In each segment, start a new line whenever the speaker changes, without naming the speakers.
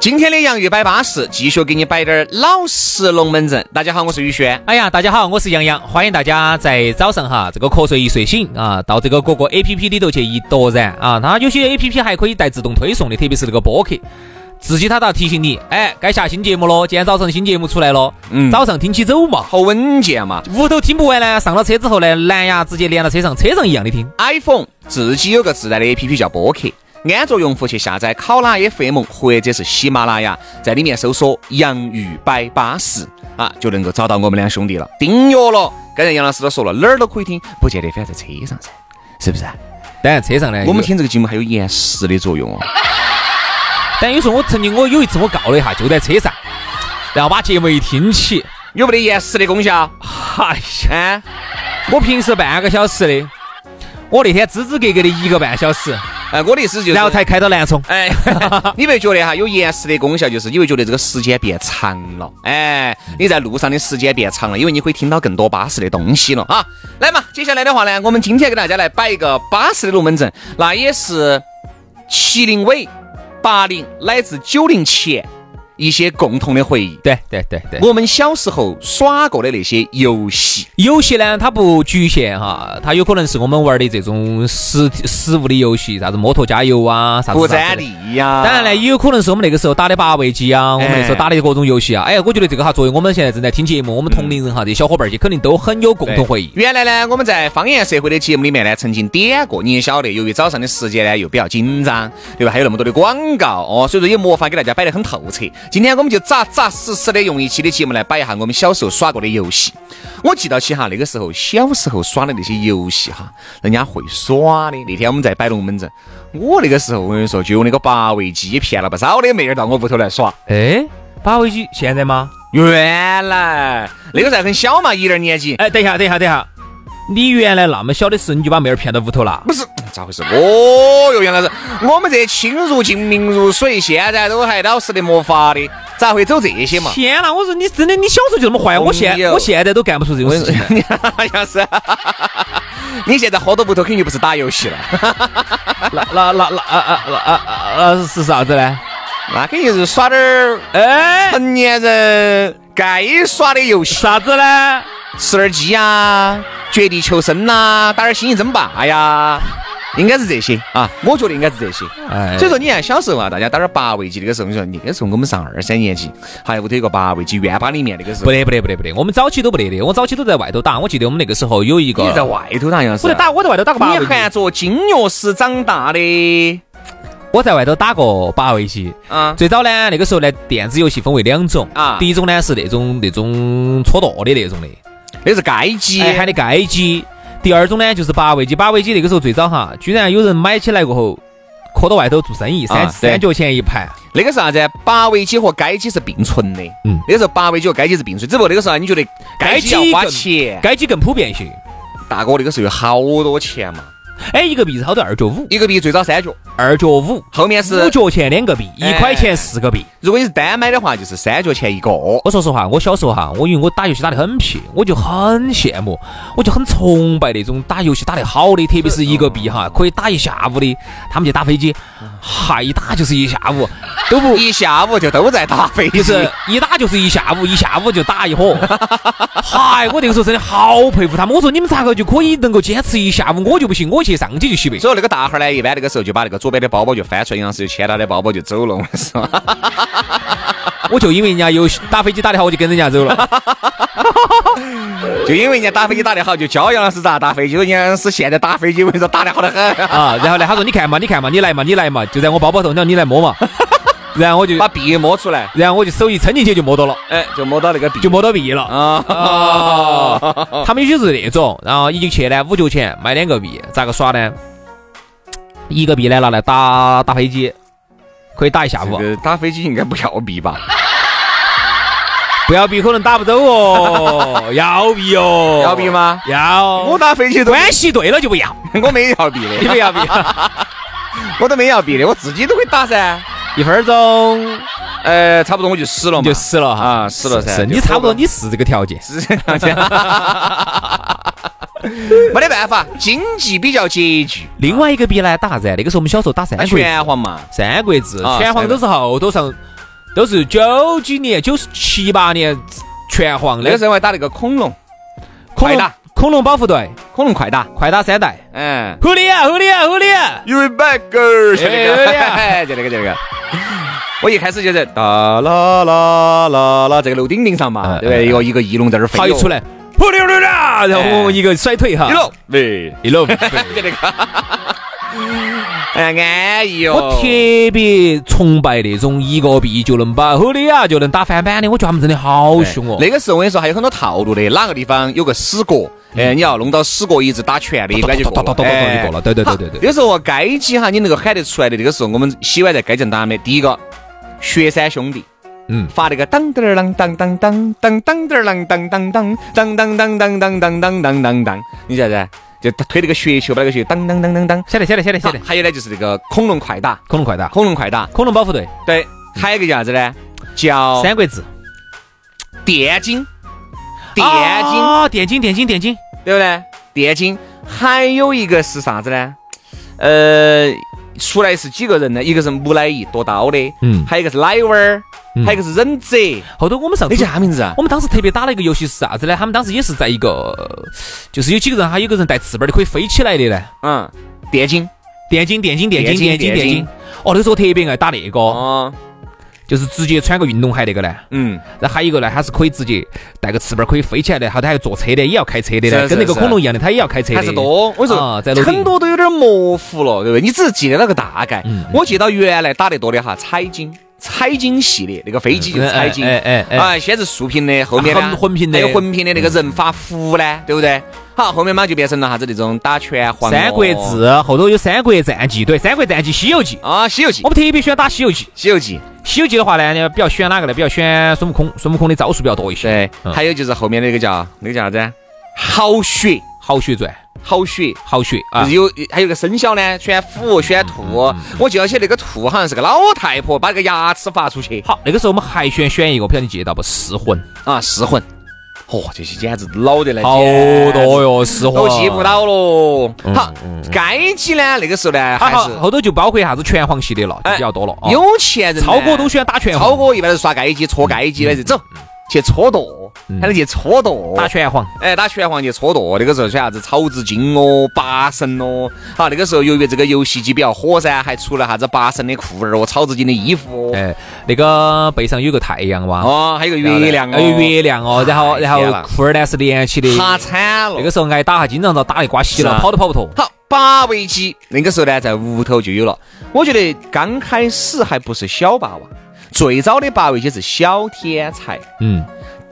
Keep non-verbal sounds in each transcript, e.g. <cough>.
今天的洋芋摆巴士，继续给你摆点儿老实龙门阵。大家好，我是宇轩。
哎呀，大家好，我是杨洋，欢迎大家在早上哈，这个瞌睡一睡醒啊，到这个各个 A P P 里头去一踱然啊，它有些 A P P 还可以带自动推送的，特别是那个播客，自己它倒提醒你，哎，该下新节目咯，今天早上新节目出来咯，
嗯
早上听起走嘛，
好稳健嘛
屋头听不完呢，上了车之后呢，蓝牙直接连到车上，车上一样的听。
！iPhone 自己有个自带的 APP 叫播客，安卓用户去下载考拉 FM 或者是喜马拉雅，在里面搜索“洋芋摆巴士”啊，就能够找到我们两兄弟了。订阅了，刚才杨老师都说了，哪儿都可以听，不见得非要在车上噻，是
哎
不是啊？
当然车上呢，
我们
有，
听这个节目还有延时的作用哦。
但有时候我曾经我有一次我告了一下，就在车上，然后把节目一听起，
有没得延时的功效？
哎呀。
啊，
我平时半个小时的，我那天支支格格的一个半小时，
哎，我的意思就是，
然后才开到南充。
哎，你别觉得哈有延时的功效，就是你会觉得这个时间变长了。哎，你在路上的时间变长了，因为你会听到更多巴适的东西了啊。来嘛，接下来的话呢，我们今天给大家来摆一个巴适的龙门阵，那也是七零尾、八零乃至九零前一些共同的回忆。
对对对对，
我们小时候耍过的那些游戏，
有些呢它不局限哈，它有可能是我们玩的这种实体实物的游戏，啥子摩托加油啊，啥子
不
啥子的
沾地呀。
当然呢，也有可能是我们那个时候打的八位机啊，我们那时候打的各种游戏啊。哎，我觉得这个哈，作为我们现在正在听节目，我们同龄人哈，这些小伙伴儿些肯定都很有共同回忆。
原来呢，我们在方言社会的节目里面呢，曾经点过，你也晓得，由于早上的时间呢又比较紧张，对吧？还有那么多的广告哦，所以说也没法给大家摆得很透彻。今天我们就扎扎实实的用一期的节目来摆一下我们小时候耍过的游戏。我记到起哈，那个时候小时候耍的那些游戏哈，人家会耍的。那天我们在摆龙门阵，我那个时候我跟你说，就用那个八位机骗了不少的妹儿到我屋头来耍。
哎，八位机现在吗？
原来那个时候还很小嘛，一点年纪。
哎，等一下，等一下，等一下，你原来那么小的时候你就把妹儿骗到屋头了？
不是咋回事？哦哟，杨老师，我们这亲如镜，明如水，现在都还老实的没法的，咋会走这些嘛？
天啦！我说你真的，你小时候就这么坏，啊我现
朋友
<laughs> 我现在都干不出这种
<laughs>
事情来。
杨师，啊 <laughs> 你现在喝到屋头肯定就不是打游戏了， <laughs>
那那那那啊啊啊啊啊是啥子呢？
那肯定是耍点儿
哎，
成年人该耍的游戏，
啥子呢？
吃点儿鸡呀，啊绝地求生呐、打点儿星际争霸哎呀。应该是这些啊，我觉得应该是这些。
哎
所以说，你看小时候啊，大家打点儿八位机那个时候，你说那个时候我们上二三年级，还有屋头有个八位机院坝里面那个时候
不，得不得不得不得，我们早期都不得的，我早期都在外头打。我记得我们那个时候有一
你在
个，
外头打样是？
我在打，我在外头打个八
你
位
含
机，
着金钥匙长大的
我在外头打过八位机。
啊！
最早呢，那个时候呢，电子游戏分为两种
啊
第一种呢是那种那种戳舵的那种的，
那是街机，
哎，喊的街机。第二种呢，就是八位机，八位机那个时候最早哈，居然有人买起来过后，搁到外头做生意，三
啊对
三角钱一盘。
那个是啥子？八位机和街机是并存的。
嗯
那个时候八位机和街机是并存，只不过那个时候啊你觉得街机要花
街机
钱，
街机更普遍些，
大哥那个时候有好多钱嘛，
哎，一个币是好多二角五，
一个币最早三角，
二角五，
后面是
五角钱两个币，一
哎
块钱四个币。
如果你是单买的话，就是三角钱一个。
我说实话，我小时候哈，我因为我打游戏打得很皮，我就很羡慕，我就很崇拜那种打游戏打得好的，特别是一个币
嗯
哈，可以打一下午的，他们去打飞机，哈，一打就是一下午，都
<laughs>
不
一下午就都在打飞机，
就是一打就是一下午，一下午就打一
<laughs>
伙。嗨，我那个时候真的好佩服他们。我说你们咋个就可以能够坚持一下午，我就不行，我去上去就
<laughs>
洗白。
所以那个大汉儿呢，一般那个时候就把那个左边的包包就翻出来，杨老师就牵他的包包就走了，我跟你说。
我就因为人家有打飞机打得好，我就跟人家走了。
<laughs> 就因为人家打飞机打得好，就教杨老师咋打飞机。人家是现在打飞机，我跟你说打得好得很。
<laughs>
<laughs>
啊，然后呢，他说你看嘛，你看嘛，你来嘛，你来嘛，就在我包包头，你要你来摸嘛。然后我就
把币摸出来，
然后我就手一撑进去就摸到了，
哎，就摸到那个币
就摸到币
<laughs>
了。
啊，
他们有些是那种，然后一进去呢，五角钱买两个币，咋个耍呢？一个币呢拿来打打飞机，可以打一下午
这，个打飞机应该不要币吧？
不要币可能打不走哦，
<laughs>
要币哦，
要币吗？
要，
我打飞机都
关系对了就不要，
我没要币
你
的，
不要币，
我都没要币的，我自己都会打噻。
一分钟
呃，差不多我就死了嘛，
<laughs> 你就死了哈，
啊，死了噻。
是你
就
差不多你是这个条件，
是这样子， <laughs> 没得办法，经济比较拮据，
另外一个币呢打啥子？那个时候我们小时候打三
那
国志，
拳皇嘛，
三国志
啊，
拳皇都是后头上，都是九几年、九十七八年拳皇
那
的
个时候还打那个恐龙，
恐
快
龙
打
恐龙保护队，
恐龙快打，
快打三代，
嗯。
狐狸啊狐狸啊狐狸啊，
You back，就那
哎有
个，
点
<laughs> 哎就那个，就那个。我一开始就是哒啦啦啦啦，这个楼顶顶上嘛，
嗯
对不对？
嗯
有哎一个哎翼龙在这儿飞，
好一出，来，狐狸狐狸啊，然后我一个甩腿哈
一，路，喂，
一路。
就那个，哎，安逸哦。
<laughs> 我特别崇拜那种一个币就能把狐狸啊就能打翻版的，我觉得他们真的好
哎
凶哦。
那个时候我跟你说，还有很多套路的，哪个地方有个死角，哎，你要弄到死角一直打拳的，应该就过了
咚咚咚咚。咚咚
哎
就过了对对对对对
那个时候街机哈，你能够喊得出来的，那个时候我们喜欢在街上打的，第一个雪山兄弟。
嗯，
发那个当当儿啷当当当当当当儿啷当当当当当当当当当当当当当，你晓得噻？就推那个雪球，把那个雪当当当当当。
晓得晓得晓得晓得，
还有呢，就是那个恐龙快打，
恐龙快打，
恐龙快打，
恐龙保护队，
对，还有一个叫啥子呢？叫
三国志，
电竞，哦电竞，
啊，电竞电竞电竞，
对不对？电竞，还有一个是啥子呢？呃，出来是几个人呢？一个是木乃伊夺刀的，
嗯
还有一个是奶娃儿，还有一个是忍者，
后头我们上
嗯那
初
叫啥名字啊？
我们当时特别打了一个游戏是啥子呢？他们当时也是在一个，就是有几个人，还有个人带翅膀的可以飞起来的呢。
嗯，电竞。
电竞，电竞，电竞，
电竞
电竞，电
电竞
竞。哦，那时候我特别爱打那个，
哦，
就是直接穿个运动鞋那个呢。
嗯，
然后还有一个呢，它是可以直接带个翅膀可以飞起来的，后头还有坐车的，也要开车的
是啊
呢，跟那
是啊
个
是啊
恐龙一样的，它也要开车的。
还是多。我说
啊在楼顶
很多都有点模糊了，对不对？你只是记得那个大概
嗯。
我记到原来打得多的哈，彩金。彩金系列那个飞机就是彩金，
哎哎哎哎
啊，先是竖屏的，后面呢
混混屏的嗯
还有混屏的那个人发福呢，对不对？好，后面嘛就变成了啥子那种打拳皇哦
三国志后头有三国战记，对，三国战记、西游记。
啊，《西游记》
我
《
们特别喜欢打西游记，
西游记》
西游记的话呢，你比较喜欢哪个呢？比较喜欢孙悟空，孙悟空的招数比较多一些。
对，
嗯
还有就是后面那个叫那个叫啥子？好雪，
好血赚，
好雪，
好血
就
啊嗯
是！有还有个生肖呢，选虎选兔。我记得起那个兔好像是个老太婆，把那个牙齿拔出去
好，那个时候我们还选选一个，不晓得你记得到不？噬魂，
啊，噬魂。哦，这些简直老哎得来，
好多哟，噬魂
都记不。到喽。好，街机呢，那个时候呢
还
还
好
是
后头就包括啥子拳皇系列了，就
哎
比较多了。啊
有钱人呢，
超哥都喜嗯欢打拳皇，
超哥一般都是耍街机、搓街机的，就走去搓舵，还能去搓舵，
打嗯拳皇，
哎，打拳皇去搓舵，那个时候选啥子草字经哦、八神哦。好，那个时候由于这个游戏机比较火噻，还出了啥子八神的裤儿哦、草字经的衣服哦，
哎，那个背上有个太阳哇，
哦，还有个月亮哦，
还有月亮哦，然后
哎
然
天哪
后裤儿呢是连起的，
哈惨了。
那个时候挨打，还经常遭打一瓜稀
是
了
啊，
跑都跑不脱。
好，八位机那个时候呢，在屋头就有了。我觉得刚开始还不是小霸王，最早的八位机是小天才，
嗯，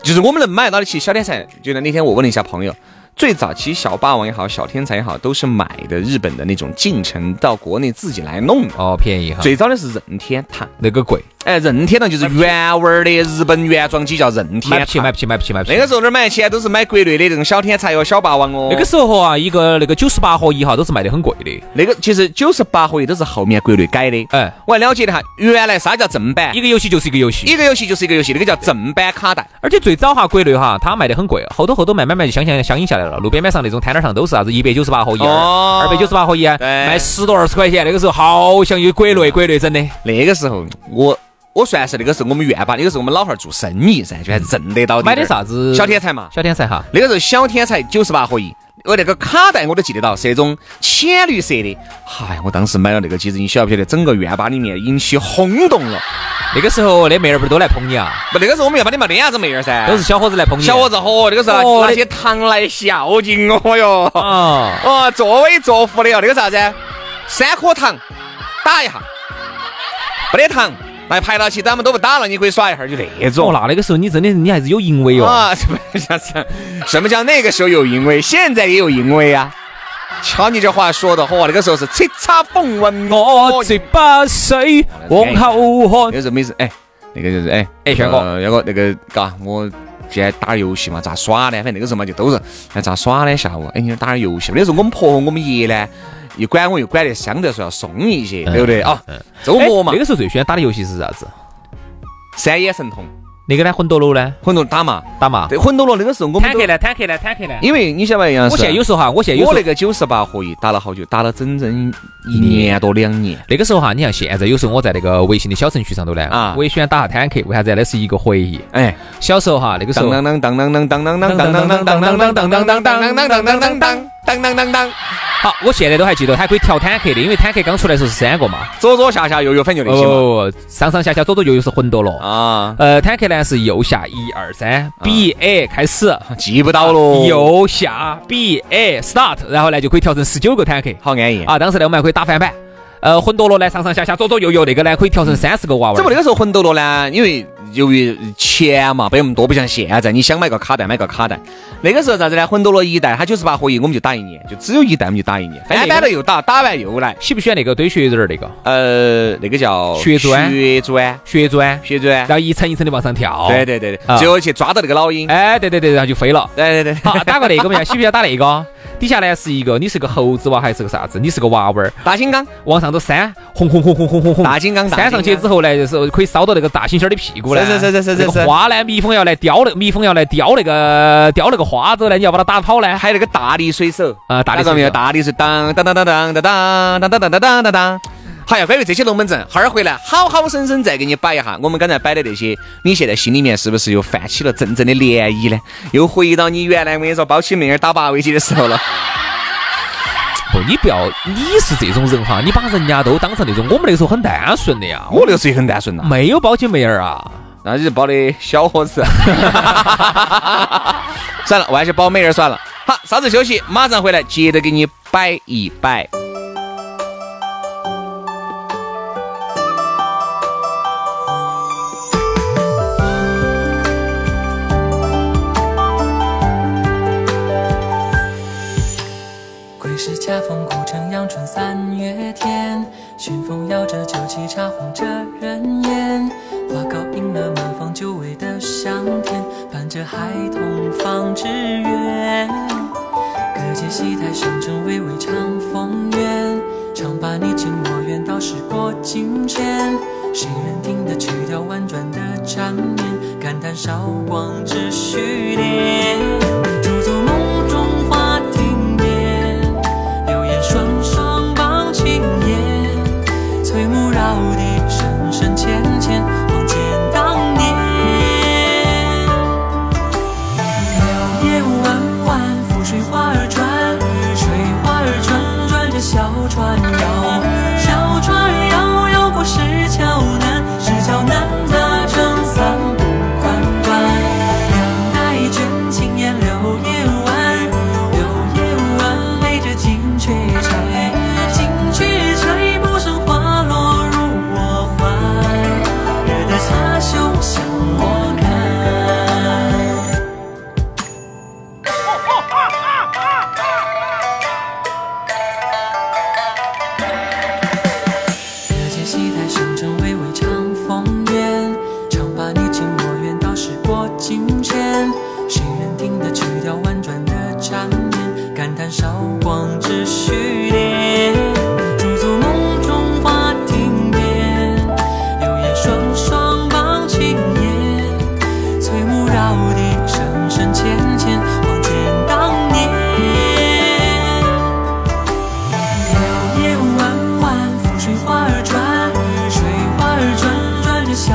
就是我们能买到的。其实小天才，就那天我问了一下朋友。最早期小霸王也好，小天才也好，都是买的日本的那种进城到国内自己来弄的。
哦，便宜哈，
最早的是任天堂，
那个贵，
哎，任天堂就是原味儿的日本原装机叫任
买
天
不起，
堂
买。不起，买不起，买不起。
那个时候哪儿买得起啊？都是买国内的这种小天才哦、小霸王哦。
那个时候啊，一个那个九十八合一哈都是卖的很贵的，
那个其实九十八合一都是后面国内改的。
哎，
我还了解了一下，原来啥叫正版
一？个游戏就是一个游戏
一。个游戏就是一个游戏，那个叫正版卡带。
而且最早哈，国内哈，它卖的很贵，哦后头后头慢慢慢就相相相应下来了。路边摆上那种摊摊上都是啥子一百九十八合一、啊
哦
二百九十八合一，啊
对
卖十多二十块钱。那个时候好像有国内国内整的，
那个时候，我我算是那个时候我们院坝，那个时候我们老汉儿做生意噻，就还挣得到
买
点
的
儿
啥子
小天才嘛，
小天才哈，
那个时候小天才九十八合一。我那个卡带我都记得到，是那种浅绿色的。嗨，我当时买了那个机子，你晓不晓得？整个院坝里面引起轰动了。
那个时候那妹儿不是都来捧你啊，
不，那个时候我们院坝里没得啥子妹儿噻，
都是小伙子来捧你，啊
小伙子嚯，那个时候
哦
拿
那
些糖来孝敬我哟。
啊，
哦，作威作福的哟，那个啥子？三颗糖打一下，没得糖那排到起咱们都不打了，你可以耍一下，就那
哦，
种。
那那个时候你真的你还是有淫威哦。
啊，什么叫什么叫那个时候有淫威？现在也有淫威呀、瞧你这话说的，嚯，那个时候是叱咤风云
哦
哦
我这把水往后哦
有
喝，
时候每次哎，那个就是哎
哎轩哥
呃要个那个嘎，我现在打游戏嘛，咋耍呢？反正那个时候嘛，就都是哎咋耍呢？下午哎，你打点游戏吧。那时候我们婆和我们爷呢，又管我又管得相对来说要松一些，对不对啊？周
哎
末嘛
那，个时候最喜欢打的游戏是啥子？
三眼神童，
那个呢，魂斗罗呢，
魂斗罗打嘛，
打嘛。
对，魂斗罗那个时候我们
坦
都
克，呢，坦克呢，坦克呢。
因为啊你晓得吧，杨老师
我现在有时候哈，我现在有
我
时
那
候
个九十八合一打了好久，打了整整一年多两年。
那个时候哈，你像现在有时候我在那个微信的小程序上头呢，
啊
我也喜欢打下坦克，为啥子呢？那是一个回忆。
哎，
小时候哈，那个时候
当当当当当当当当当当当当当当当当当当当当当当当当当当。
好，我现在都还记得，它可以调坦克的，因为坦克刚出来的时候是三个嘛，
左左下下右右，反正就那些嘛。
哦，上上下下左左右右是魂斗罗，
啊，
呃，坦克呢是右下一二三 B A 开始，
啊记不到喽。
右下 B A start，然后呢就可以调成十九个坦克，
好安逸啊！
啊，当时呢我们还可以打翻版，呃，魂斗罗呢上上下下左左右右那个呢可以调成三十个娃娃
怎么
儿，
那个时候魂斗罗呢？因为由于钱嘛没那么多，不像现在，你想买个卡带买个卡带。那个时候啥子呢？魂斗罗一代它九十八合一，我们就打一年，就只有一代我们就打一年，翻版了又打，打完又来。
喜不喜欢那个堆雪人儿那个
呃，那个叫
血砖
血砖，
血砖，
血砖
然。后一层一层的往上跳，
哎对，对对对，
啊
最后去抓到那个老鹰。
<laughs> 哎，对对对，然后就飞了。 <laughs>
对对对，
好，打个那个嘛，喜不喜欢打那个？底下呢是一个，你是个猴子娃还是个啥子？你是个娃娃儿，
大金刚，
往上头扇，轰轰轰轰轰轰轰，
大金刚，大
扇上去
金
之后呢，就是可以烧到那个大猩猩的屁股呢。
是是是是是
那个
是
花呢，蜜蜂要来叼那个，蜜蜂要来叼那个叼那个花之后呢，你要把它打跑呢
刚，。还有那个大力水手。
哎啊，
打
大力
力
水
没有？
手。
大力水当当当当当当当当当当当当当当。好呀，关于这些龙门阵，哈儿回来好好生生再给你摆一下。我们刚才摆的那些，你现在心里面是不是又泛起了阵阵的涟漪呢？又回到你原来我跟你说包起妹儿打八位机的时
<laughs>
候了。
不，你不要，你是这种人哈，你把人家都当成那种，我们那时候很单纯的呀，
我那个时候也很单纯呐，
没有包姐妹儿啊。
那就是包的小伙子。 <laughs> 算了，我还是包妹儿算了。好，稍事休息，马上回来接着给你摆一摆。
归是恰逢古城阳春三月天，熏风摇着酒旗，茶红着人烟，花糕映了满房久违的香甜，伴着孩童放纸鸢。各界戏台上阵巍巍唱风月，唱罢你情我愿，到时过境迁。谁人听得去掉婉转的缠绵，感叹韶光只虚恋。驻足梦中花亭边，柳叶双双傍青烟，翠幕绕地深深浅浅，望见当年。夜晚晚，浮水花儿船，水花儿船转着小船摇，小船摇摇过石桥南，石桥南搭成三步宽船，两代卷青烟柳叶弯，柳叶弯垒着金雀钗，金雀钗不胜花落入我怀，惹得他羞向我看。日间戏台上正巍巍唱风月，唱罢你情我愿，到时过境迁。谁人听得去掉婉转的缠绵，感叹韶光只虚恋。驻足梦中花亭边，柳叶双双傍青烟，翠幕绕地深深浅浅，望见当年。夜晚晚，浮水花儿船，水花儿船转着小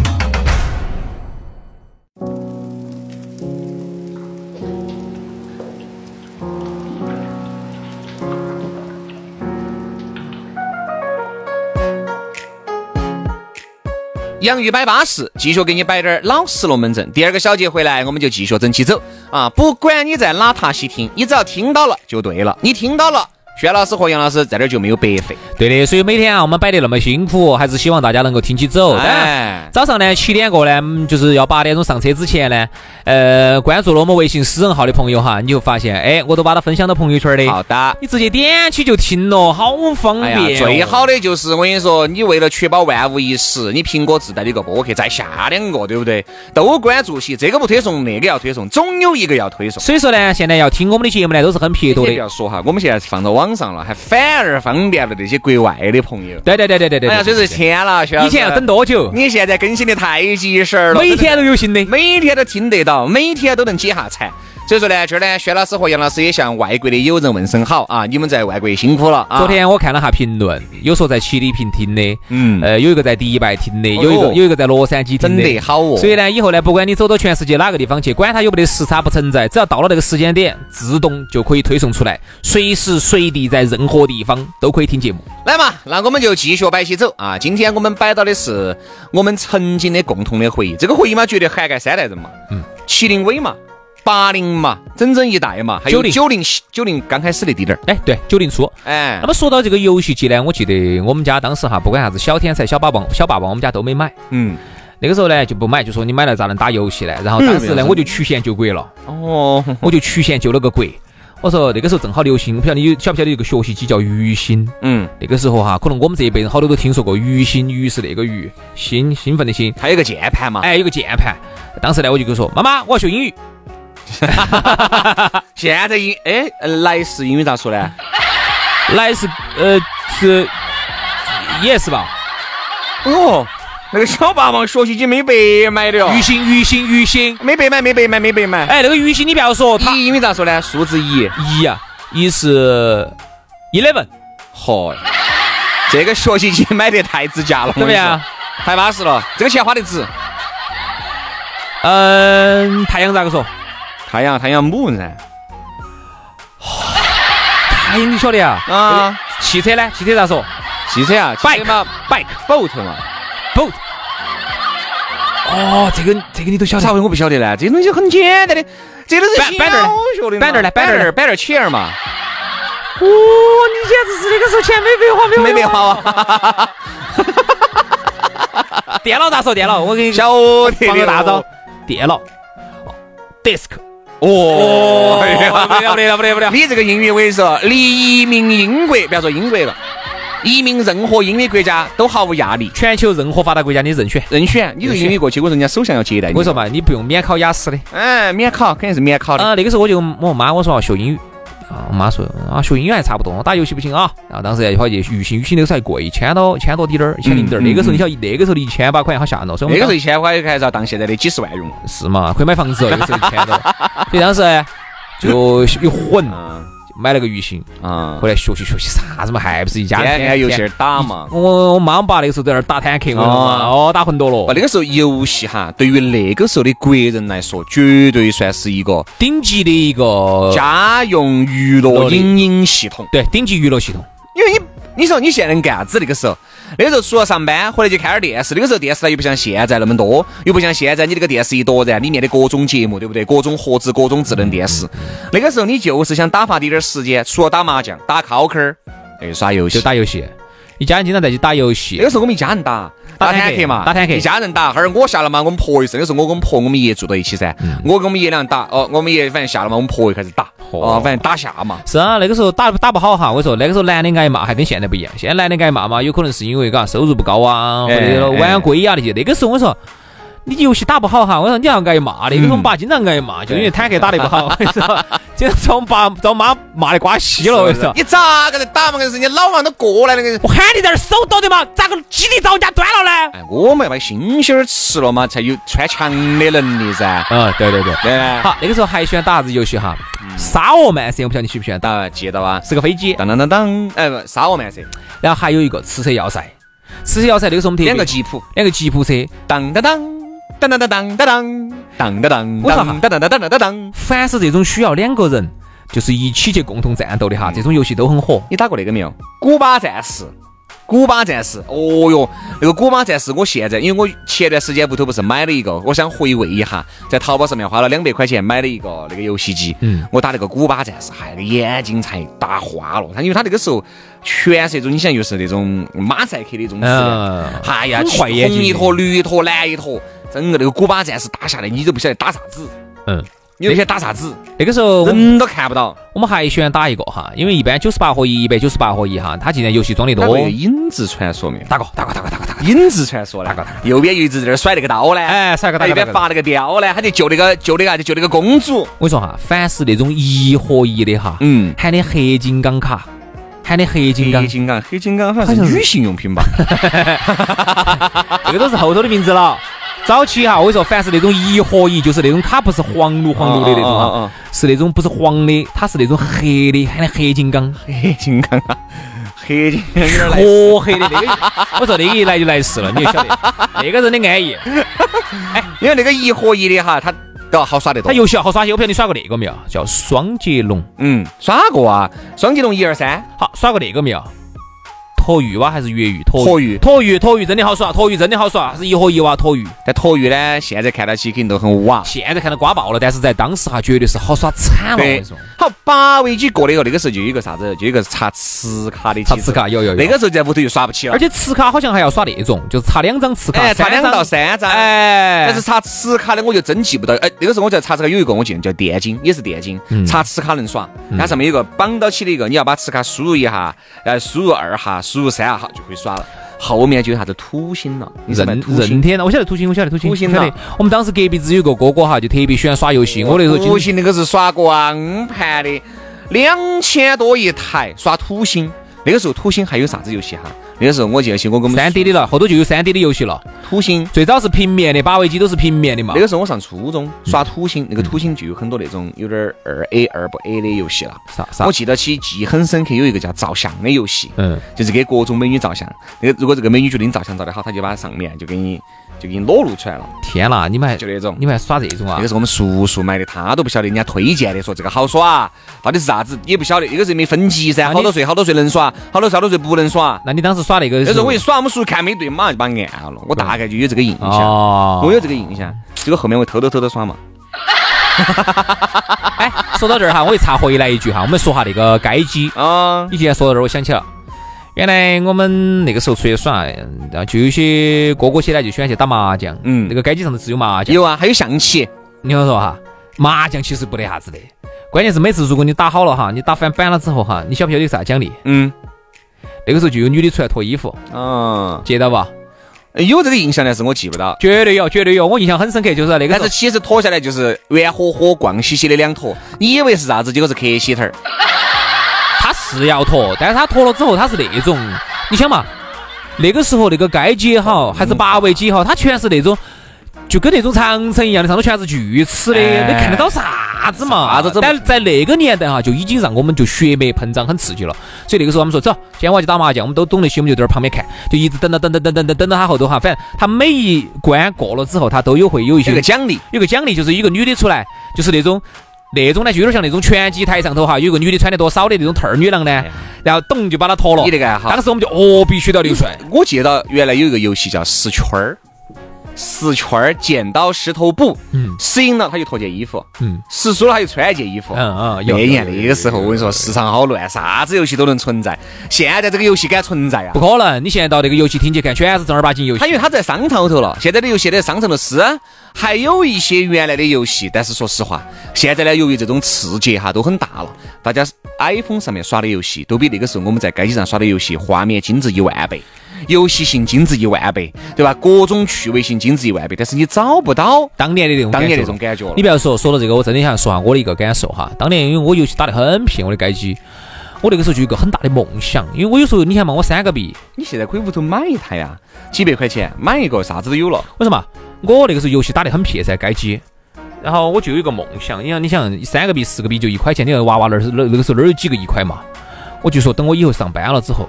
洋芋摆巴适，继续给你摆点儿老实龙门阵。第二个小节回来，我们就继续整起走啊！不管你在哪塔西听，你只要听到了就对了。你听到了，轩老师和杨老师在这儿就没有白费。
对的，所以每天啊，我们摆得那么辛苦，还是希望大家能够听起走。当然
哎，
早上呢七点过呢，嗯就是要八点钟上车之前呢，呃，关注了我们微信私人号的朋友哈，你就发现，哎，我都把它分享到朋友圈的。
好的。
你直接点起就听了，好方
哎
便、哦
呀，最好。的就是我跟你说，你为了确保万无一失，你苹果自带的一个播客再下两个，对不对？都关注起，这个不推送，那个要推送，总有一个要推送。
所以说呢，现在要听我们的节目呢，都是很撇脱
你
的
不。要说哈，我们现在是放到网上了，还反而方便了那些国外的朋友。
对对对对对对。
哎呀，
对
真是
对
天了，薛老
以
师
前要等多久？
你现在更新的太及时了，
每天都有新的。
每天都听得到，每天都能解下馋。所以说呢，今儿呢，薛老师和杨老师也向外国的友人问声好啊！你们在外国辛苦了啊！
昨天我看了下评论，有说在七里坪听的，
嗯
呃，有一个在迪拜听的，
哦
有一个
哟
有一个在洛杉矶听
真
的
的。好哦，
所以呢，以后呢，不管你走到全世界哪个地方去，管它有没得时差不存在，只要到了那个时间点，自动就可以推送出来，随时随地在任何地方都可以听节目。
来嘛，那我们就继续摆起走啊！今天我们摆到的是我们曾经的共同的回忆，这个回忆嘛，绝对涵盖三代人嘛，嗯，七零尾嘛，八零嘛，整整一代嘛，还有
90
九零九零刚开始的弟弟儿，
哎，对，九零初。
哎
那，么说到这个游戏机呢，我记得我们家当时哈，不管啥子小天才、小霸王、小霸王，我们家都没买。
嗯，
哎那个时候呢，就不买，就说你买了咋能打游戏呢？然后当时
嗯没
呢，
有
我就曲线救国了，
哦，
我就曲线救了个国。嗯我说那个时候正好流行，我不晓得你有晓不晓得有个学习机叫鱼星。
嗯，
那个时候哈，可能我们这一辈人好多都听说过鱼星，鱼是那个鱼，兴兴奋的兴，
还有个键盘嘛，
哎，有个键盘。当时呢，我就跟说妈妈，我要学英语。
<laughs> 现在英哎来世英语咋说呢？
来是呃是 yes 吧？
哦，那个小霸王学习机没白买的哦，
鱼星鱼星鱼星，
没白买，没白买，没白买。
哎，那个鱼星你不要说它
一英语咋说呢？数字一，
一啊，一是 eleven，
嚯，这个学习机买得太值价了，
怎么样？
太巴适了，这个钱花得值。
嗯，太阳咋个说？
太阳，太阳母噻。
太阳你晓得啊？
啊，
汽车呢？汽车咋说
汽车啊，
？bike
嘛
bike
，boat 嘛。
boat。哦，这个这个你都晓得
咋？会我不晓得呢？这东西很简单的，这都是
板板凳儿呢
小学的嘛
板凳儿呢
板
板
凳
凳儿呢
儿，板凳儿起儿嘛，
哦，你简直是那个时候钱没白花，
没白花啊哇。
<laughs> 电脑咋说？电脑，
<laughs>
我给你
晓得
放个大招
的。
电脑，desk。
哦， <laughs> 哎呀
哦，不得了，不得了，不得了，不得了。
你这个英语，我跟你说，离移民英国，不要说英国了，移民任何英语国家都毫无压力。
全球任何发达国家你任选。
任选，你这个英语过去，我说人家首相要接待你。哎
我哎跟你说，嘛，你不用免考雅思的。
嗯，免考肯定是免考的。
啊啊，那个时候我就跟我妈我说要学英语，啊，我妈说啊，学英语还差不多，打游戏不行啊。然后当时好像语信语信那个时候还贵，一千多，一千多滴点儿，一千零点儿。那个时候你晓得，那个时候的一千八块钱好吓人了，所以我
嗯那
们
个时
当
候一千块还是要当现在的几十万用。
是嘛，可以买房子哦，那个时候一千多。 <laughs> 所以当时呢就一混，
嗯
买了个鱼信，
嗯
回，来学习学习啥子嘛，还不是一家
天天游戏
天
儿打嘛。
我我妈我爸那个时候在那儿打坦克，我嘛，
哦
哦，打魂斗
哦，
罗
那，个时候游戏哈，对于那个时候的国人来说，绝对算是一个
顶级的一个
家用呃娱乐影音系统。
对顶级娱乐系统。
因为你，你说你现在能干啥子？那个时候，那个时候除了上班，回来就看点儿电视。那个时候电视台又不像现在那么多，又不像现在你这个电视一夺然，里面的各种节目，对不对？各种盒子，各种智能电视。那个时候你就是想打发滴点儿时间，除了打麻将、打 QQ，儿，哎，耍游戏
就。打游戏，一家人经常在一起打游
那
戏
个，时候我们一家人打
打
打
坦
坦
克
克嘛，
打坦克
一家人打。后儿我下了嘛，我们婆一声，那时候我跟我婆我们爷住到一起噻，
嗯
我跟我们爷俩打，哦，我们爷反正下了嘛，我们婆又开始打，
哦
哦，反正打下嘛。
是啊，那个时候打打不好哈，我跟你说那个时候男的挨骂还跟现在不一样，现在男的挨骂嘛，有可能是因为嘎收入不高啊，或
哎
者
哎
晚归啊那些。那个时候我说。你游戏打不好哈，我说你要挨骂的，因为我们爸经常挨骂，就因为坦克打得不好，我跟你说，经常遭我们爸遭我妈骂的瓜稀了，我跟你说。
你咋哦个在打嘛？可是人家老王都过来那个。
我喊你在这儿手抖的嘛，咋个鸡腿遭人家端了呢？
哎，我们要把星星儿吃了嘛，才有穿墙的能力噻。
嗯，对对对。
对啊吧，
好，那个时候还喜欢打啥子游戏哈？沙俄曼射，我不晓得你喜不喜欢打，
打记到啊，
是个飞机，
当当当当，哎不，沙俄曼车，
然后还有一个赤色要塞。赤色要塞那个时候我们特别
两个吉普，
两个吉普车，
当当当，当当当当当当，当当当，
我操
当当当当当当当。
凡是这种需要两个人就是一起去共同战斗的哈，这种游戏都很火。
你打过那个没有？古巴战士。古巴战士，哦哟，那个古巴战士，我现在因为我前段时间屋头不是买了一个，我想回味一下，在淘宝上面花了两百块钱买了一个那个游戏机，
嗯
我打那个古巴战士，嗨，那个眼睛才打花了，他因为他那个时候全是那种，你想又是那种马赛克的那种质量，
嗯，
哎呀，
很快
红
眼睛
一坨，绿一坨，蓝一坨，整个那个古巴战士打下来，你都不晓得打啥子，
嗯，
你都不晓得打啥子，
那个时候我们
人都看不到，
我们还喜欢打一个哈，因为一般九十八合一，一百九十八合一哈，它既然游戏装的
打
多
过，那个影子传说没有？
打过打过打过打过打过，
影子传说呢，右边又一直在那儿甩那个刀呢，
哎，啥个
他
打
一
过打
边
过。
发那个雕呢，他就救那个救那个啥就救那个公主，
我说哈，凡是那种一合一的哈，
嗯，
喊的黑金刚卡，喊的黑金刚
黑，金刚，黑金刚好像是
好像是
女性用品
<laughs>
吧？
这个都是后头的名字了。早期哈，我跟你说，凡是那种一合一，就是那种它不是黄绿黄绿的那
哦哦
种
哦
哈
哦，
是那种不是黄的，它是那种黑的，喊的黑金刚，
黑金刚啊，黑金刚有点
<laughs>
来
黢黑的那个。我说那个一来就来事了，你就晓得那个人
<laughs>
的安逸。
因为那个一合一的哈，它都要好耍得多。
它游戏好耍些，我不晓得你耍过那个没有，叫双截龙。
嗯，耍过啊，双截龙一二三，
好，耍过那个没有？脱鱼蛙还是越狱？
脱
脱
鱼
脱鱼，脱鱼真的好耍，脱鱼真的好耍，是一合一蛙脱鱼。
但脱鱼呢，现在看到起肯定都很瓦。
现在看到瓜爆了，但是在当时哈，绝对是好耍惨了。我跟
对
你说，，
好，八位机过了以后，那个时候就有一个啥子，就有一个插磁卡的机
插
制，
磁卡有有有
那个时候在屋头就耍不起了
而，且磁卡好像还要耍那种，就是插两张磁卡，
哎，插两
张
到。三张，
哎，
但是插磁卡的我就真记不到。哎，那个时候我在查这个有一个我记得叫电竞，也是电竞
嗯，
插磁卡能耍，它上面有个绑到起的一个，你要把磁卡输入一下，呃，输入二下，输入三下就可以耍了。后面就有啥子土星了，你是买
任
土
任
星？
天呐，我晓得土星，我晓得土星，
土星
我晓得
呐。
我们当时隔壁只有个哥哥哈，就特别喜欢耍游
哦
戏。我那时候
土
经
星那个是耍光盘的，两千多一台，耍土星。那个时候土星还有啥子游戏哈？那个时候我记得起我跟我们
三 D 啊的了，后头就有三 D 的游戏了。
土星
最早是平面的，八位机都是平面的嘛
那。个时候我上初中
嗯
耍土星，那个土星就有很多那种有点儿二 A 二不 A 的游戏了。
啥啥
我？记得起记忆很深刻，有一个叫照相的游戏，
嗯，
就是给各种美女照相。那个如果这个美女觉得你照相照得好，她就把上面就给你就给你裸露出来了，
天呐，你们还
就那种。
你们还耍这种啊
那个？是我们叔叔买的，他都不晓得人家推荐的，说这个好耍，到底是啥子也不晓得。那个时候没分级噻，
啊你
好多岁好多岁能耍，好多岁好多岁不能耍。
那你当时耍那个？
那时候我一耍，我们叔叔看没对，马上就把我按了。我大概就有这个印象，
哦，
我有这个印象。结果后面我偷偷偷偷耍嘛，
哎，说到这儿哈，我又插回来一句哈，我们说下那个街机。
啊，
你既然说到这儿，我想起了，原来我们那个时候出去耍，嗯然后就有些哥哥些呢就喜欢去打麻将。
嗯
那个街机上头只有麻将。
有啊，还有象棋，
你要说哈，麻将其实不得啥子的，关键是每次如果你打好了哈，你打翻板了之后哈，你晓不晓得有啥奖励？
嗯，
那个时候就有女的出来脱衣服，
啊，
接到吧？
有这个印象，但是我记不到。
绝对有，绝对有，我印象很深刻，就是那个
但
时
是
候
其实脱下来就是圆火火、逛兮兮的两坨，你以为是啥子，结果是壳鞋头儿。
是要脱，但是他脱了之后，他是那种，你想嘛，那个时候那个街鸡也
哦嗯
好，还是八味鸡也好，它全是那种。就跟那种长城一样的，上头全是锯齿的，
哎
你看得到啥子嘛？
啥子都
但在那个年代哈，就已经让我们就血脉膨胀，很刺激了。所以那个时候我们说走，今天我要去打麻将，我们都懂那些，我们就在那儿旁边看，就一直等到等等等等等等到他后头哈，反正他每一关过了之后，他都有会有一些
有个奖励，
有个奖励，就是一个女的出来，就是那种那种呢，就有点像那种拳击台上头哈，有个女的穿得多少的那种特儿女郎呢，然后咚就把她脱了
哎你。这个还好。
当时我们就哦，必须得要流帅。
我记得原来有一个游戏叫十圈儿，十圈儿剪刀石头布，
嗯
谁赢了他就脱件衣服，
嗯
十输了他就穿一件衣服。
嗯嗯，
那
有
年那个时候，我跟你说，市场好乱，啥子游戏都能存在。现在这个游戏敢存在啊
不？可能，你现在到那个游戏厅去看，全是正儿八经游戏
他。因为他在商场头了，现在的游戏在商场头是还有一些原来的游戏，但是说实话，现在呢，由于这种刺激哈都很大了，大家 iPhone 上面耍的游戏都比那个时候我们在街机上耍的游戏画面精致一万倍，游戏性精致一万倍，对吧？各种趣味性精致一万倍，但是你找不到
当年的那种
当
感觉
年那种感觉了
你。不要说说到这个，我真的想说下我的一个感受哈。当年因为我游戏打得很拼，我的街机，我那个时候就有一个很大的梦想，因为我有时候你看嘛，我三个币，
你现在可以屋头买一台呀、几百块钱买一个，啥子都有了。
为什么？我那个时候游戏打得很撇噻，街机。然后我就有一个梦想，你想，你想三个币、四个币就一块钱，你看娃娃那儿是那那个时候哪儿有几个一块嘛？我就说等我以后上班了之后，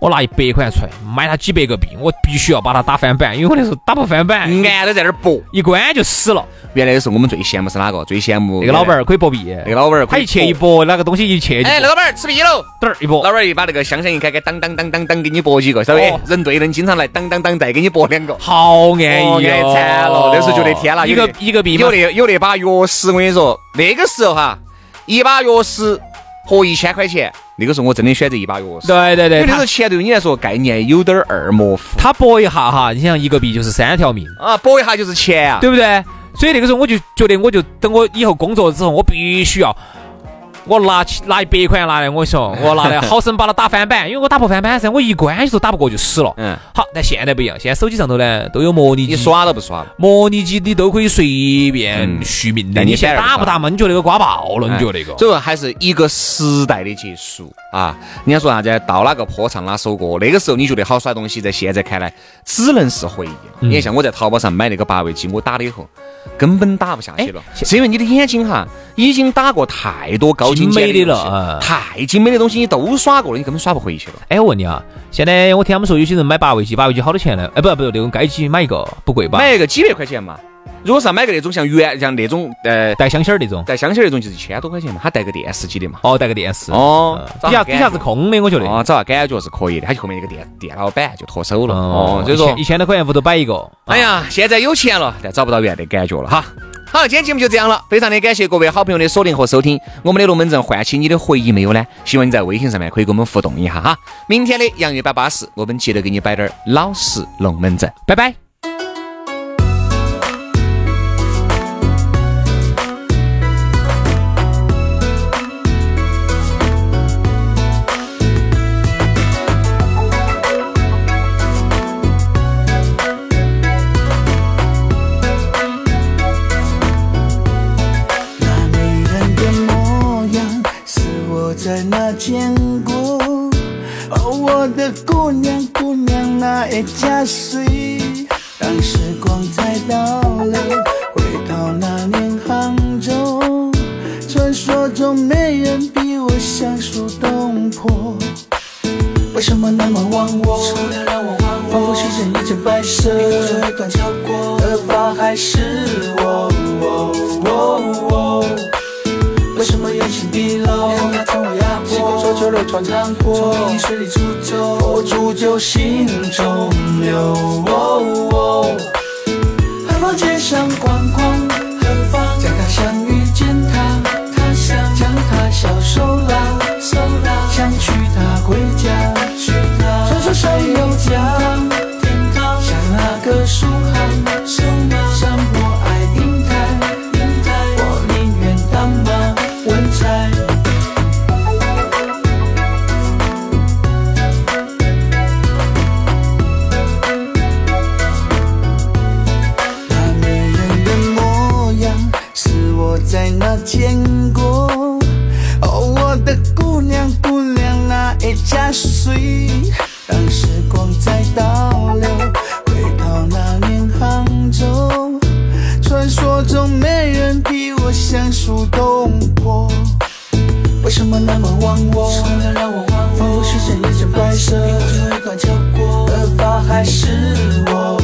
我拿一百块钱出来买他几百个币，我必须要把它打翻版，因为我那时候打不翻版，
俺都在那儿搏。
一关就死了。
原来的时候我们最羡慕是哪个？最羡慕
那个老板，儿可以薄币，
那个老板儿可
他
以
一切一
搏
搏，那个东西一切就
哎，
嘚
老板儿吃皮喽。
儿一搏
老。板儿一把那个香香一开开，当当当当当，给你剥几个，稍微
哦
人对人经常来当当当，再给你剥两个。
好安逸
哦
哦，
安逸惨了那时候觉得天啦
一
有
个
点
一个币嘛
有，那有那把钥匙，我跟你说，那个时候哈，一把钥匙和一千块钱，那个时候我真的选择一把钥匙，
对对
因
对，
为那时
他
候钱对你来说概念有点儿二模糊
他搏一下哈，你想一个币就是三条命，
啊，剥一下就是钱啊。
对不对？所以那个时候我就觉得，我就等我以后工作之后，我必须要。我拿起拿一百块钱拿来，我跟你
<laughs>
说，我拿来好生把它打翻版，因为我打不翻版噻，我一关就打不过就死了。
嗯，
好，但现在不一样，现在手机上头呢都有模拟
你
机，
耍都不耍了？
模拟机你都可以随便
嗯
续命的。
但
你
你
现在
反而不
打不
打
打嘛？你觉得那个瓜爆了？你觉得那个？
所以说还是一个时代的结束啊！人家说啥子？到哪个坡唱哪首歌？那个时候你觉得好耍的东西，在现在看来只能是回忆了。你
嗯
看，像我在淘宝上买那个八位机，我打了以后根本打不下去了，
哎
是因为你的眼睛哈已经打过太多高精尖
精美的
东西
了嗯
太精美的东西你都耍过了，你根本耍不回去了。
哎，我问你啊，现在我听他们说有些人买八位机，八位机好多钱
嗯
呢？哎，不不，那种街机买一个不贵吧？
买一个几百块钱嘛，如果是要买个那种像原像那种呃
带香芯儿那种，
带箱型那种，就是一千多块钱嘛，它带个电视机的嘛。
哦，带个电视，
哦
嗯，底下底下是空的，我觉得。
哦，找下感觉是可以的，他就后面那个电电脑板就脱手了。
哦
哦，，所以说
一千一，千多块钱屋头摆一个。啊
哎，呀，现在有钱了，但找不到原来的感觉了哈。好，今天节目就这样了，非常的感谢各位好朋友的锁定和收听。我们的龙门阵唤起你的回忆没有呢？希望你在微信上面可以跟我们互动一下哈。明天的洋芋摆巴士，我们接着给你摆点儿老实龙门阵。
拜拜。
那女人的模样是我在哪见过？哦，我的姑娘，姑娘那一家水。当时光才倒流，回到那年杭州，传说中没人比我相熟动魄。为什么那么忘我？除了让我忘我，仿佛时间一直白色，一无所谓断桥过，而发还是我。我我我为什么眼神低落？你看将我压迫，西宫说秋流船趟过，从泥水里出走，佛珠就心中留。哦哦海旁街上逛逛，何方？在他乡遇见他，他乡将他小手拉，手拉，想娶她回家，娶她。传说山有家，天堂，像那个苏杭，苏杭，山坡爱银台，银台，我宁愿当马文采。那女人的模样是我在哪见过？哦，我的姑娘，姑娘加水。让时光再倒流，回到那年杭州，传说中没人比我娴熟动魄。为什么那么忘我？除了让我忘我，仿佛是整一整白色，苹果就会断交过，而发还是我。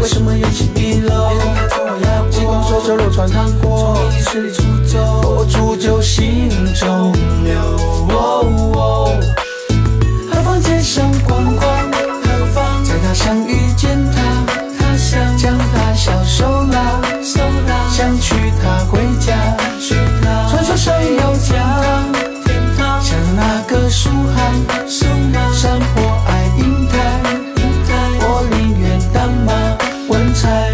为什么有起迷楼？别人看着我呀，极光说走路穿糖果，从一十里出走，佛珠就心中留。何妨街上逛逛，何妨在他乡遇见他，他乡将他小手拉，手拉想娶她回家，娶她传说逍遥家，天堂像那个苏杭，苏杭山坡爱银台，银台我宁愿当马文采。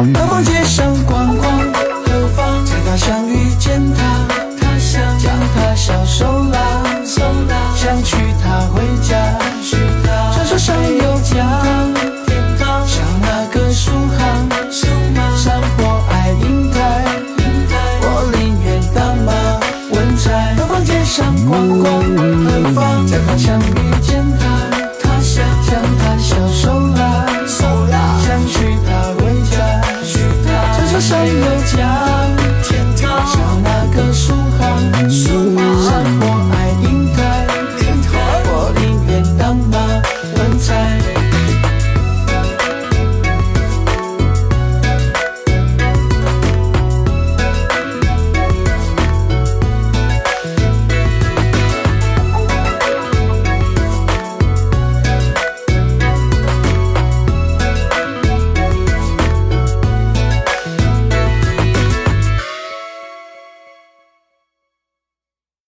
何妨街上逛逛，何妨在他乡遇见他，他乡将他小手拉，手拉想娶她回家，娶她传说上有家，天堂像那个苏杭，苏杭山坡爱银台，银台我宁愿当马文采。何妨街上逛逛，何妨在他乡遇